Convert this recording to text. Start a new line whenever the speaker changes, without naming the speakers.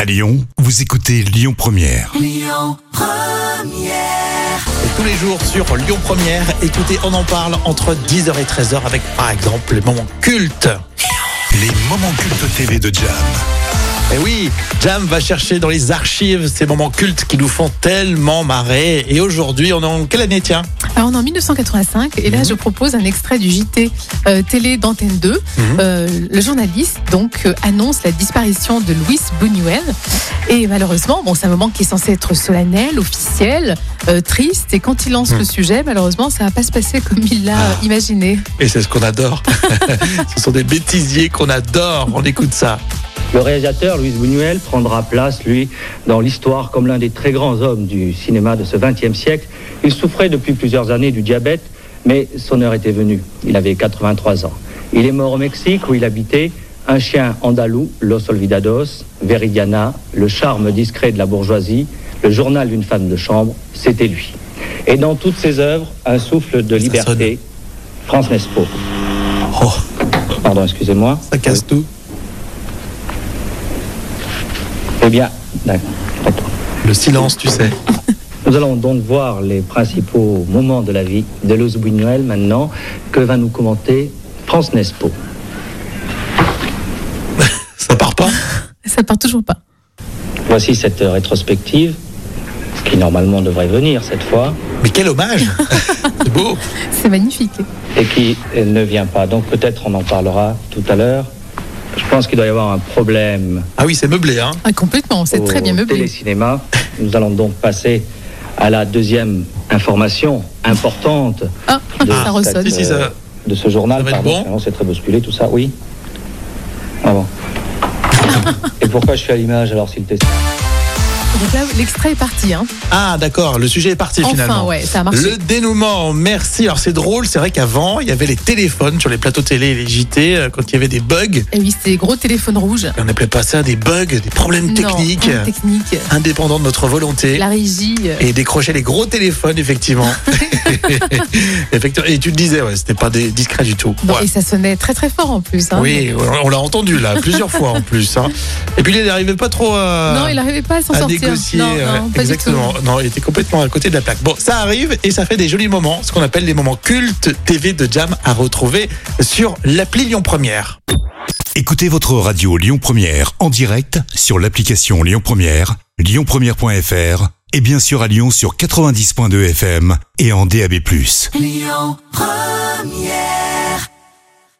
À Lyon, vous écoutez Lyon Première.
Tous les jours sur Lyon Première, écoutez, on en parle entre 10h et 13h avec par exemple les moments cultes.
Les moments cultes TV de Jam.
Et Eh oui, Jam va chercher dans les archives ces moments cultes qui nous font tellement marrer. Et aujourd'hui, on est en quelle année tiens
Alors, on est en 1985, et là, je propose un extrait du JT euh, télé d'Antenne 2. Euh, le journaliste, donc, euh, annonce la disparition de Louis Buñuel. Et malheureusement, bon, c'est un moment qui est censé être solennel, officiel, euh, triste. Et quand il lance
Mhm.
le sujet, malheureusement, ça va pas se passer comme il l'a euh, imaginé.
Et c'est ce qu'on adore. ce sont des bêtisiers qu'on adore. On écoute ça.
Le réalisateur Luis Buñuel prendra place, lui, dans l'histoire comme l'un des très grands hommes du cinéma de ce XXe siècle. Il souffrait depuis plusieurs années du diabète, mais son heure était venue. Il avait 83 ans. Il est mort au Mexique où il habitait un chien andalou, Los Olvidados, Veridiana, le charme discret de la bourgeoisie, le journal d'une femme de chambre, c'était lui. Et dans toutes ses œuvres, un souffle de
Ça
liberté. France Nespo.
Oh,
Pardon, excusez-moi.
ça casse tout.
Eh bien, d'accord. d'accord.
Le silence, tu sais.
Nous allons donc voir les principaux moments de la vie de Luz Buñuel maintenant, que va nous commenter France Nespo.
Ça part pas
Ça part toujours pas.
Voici cette rétrospective, qui normalement devrait venir cette fois,
Mais quel hommage C'est beau.
C'est magnifique.
et qui euh, ne vient pas. Donc peut-être on en parlera tout à l'heure. Je pense qu'il doit y avoir un problème
Ah oui, c'est meublé, hein
Ah, complètement, c'est
au
très bien meublé.
télécinéma. Nous allons donc passer à la deuxième information importante
Ah,
de,
ça ressonne.
Si, si, ça-
de ce
ça
journal.
va être
pardon,
bon.
finalement, c'est très bousculé, tout ça, oui. Ah bon. Et pourquoi je suis à l'image alors s'il t'est...
Donc là, l'extrait est parti. Hein.
Ah d'accord, le sujet est parti
Enfin,
finalement.
ouais, ça a marché.
Le dénouement, merci. Alors c'est drôle, c'est vrai qu'avant, il y avait les téléphones sur les plateaux télé et les JT euh, quand il y avait des bugs.
Et Eh oui, c'est des gros téléphone rouge.
Et On n'appelait pas ça des bugs, des problèmes techniques,
technique.
indépendants de notre volonté.
Ah, La régie. euh,
Et décrocher les gros téléphones, effectivement. Effectivement. Et tu le disais, ouais, c'était pas des- discret du tout.
Non,
Ouais.
Et ça sonnait très très fort en plus. hein.
Oui, on on l'a entendu là, plusieurs fois en plus. hein. Et puis il n'arrivait pas trop euh, à.
Non, il n'arrivait pas à s'en
à
sortir.
négocier.
non,
ouais,
non, pas
exactement.
Du tout.
Non, il était complètement à côté de la plaque. Bon, ça arrive et ça fait des jolis moments, ce qu'on appelle les moments cultes TV de Jam à retrouver sur l'appli Lyon Première.
Écoutez votre radio Lyon Première en direct sur l'application Lyon Première, lyonpremière.fr et bien sûr à Lyon sur 90.2 FM et en DAB+.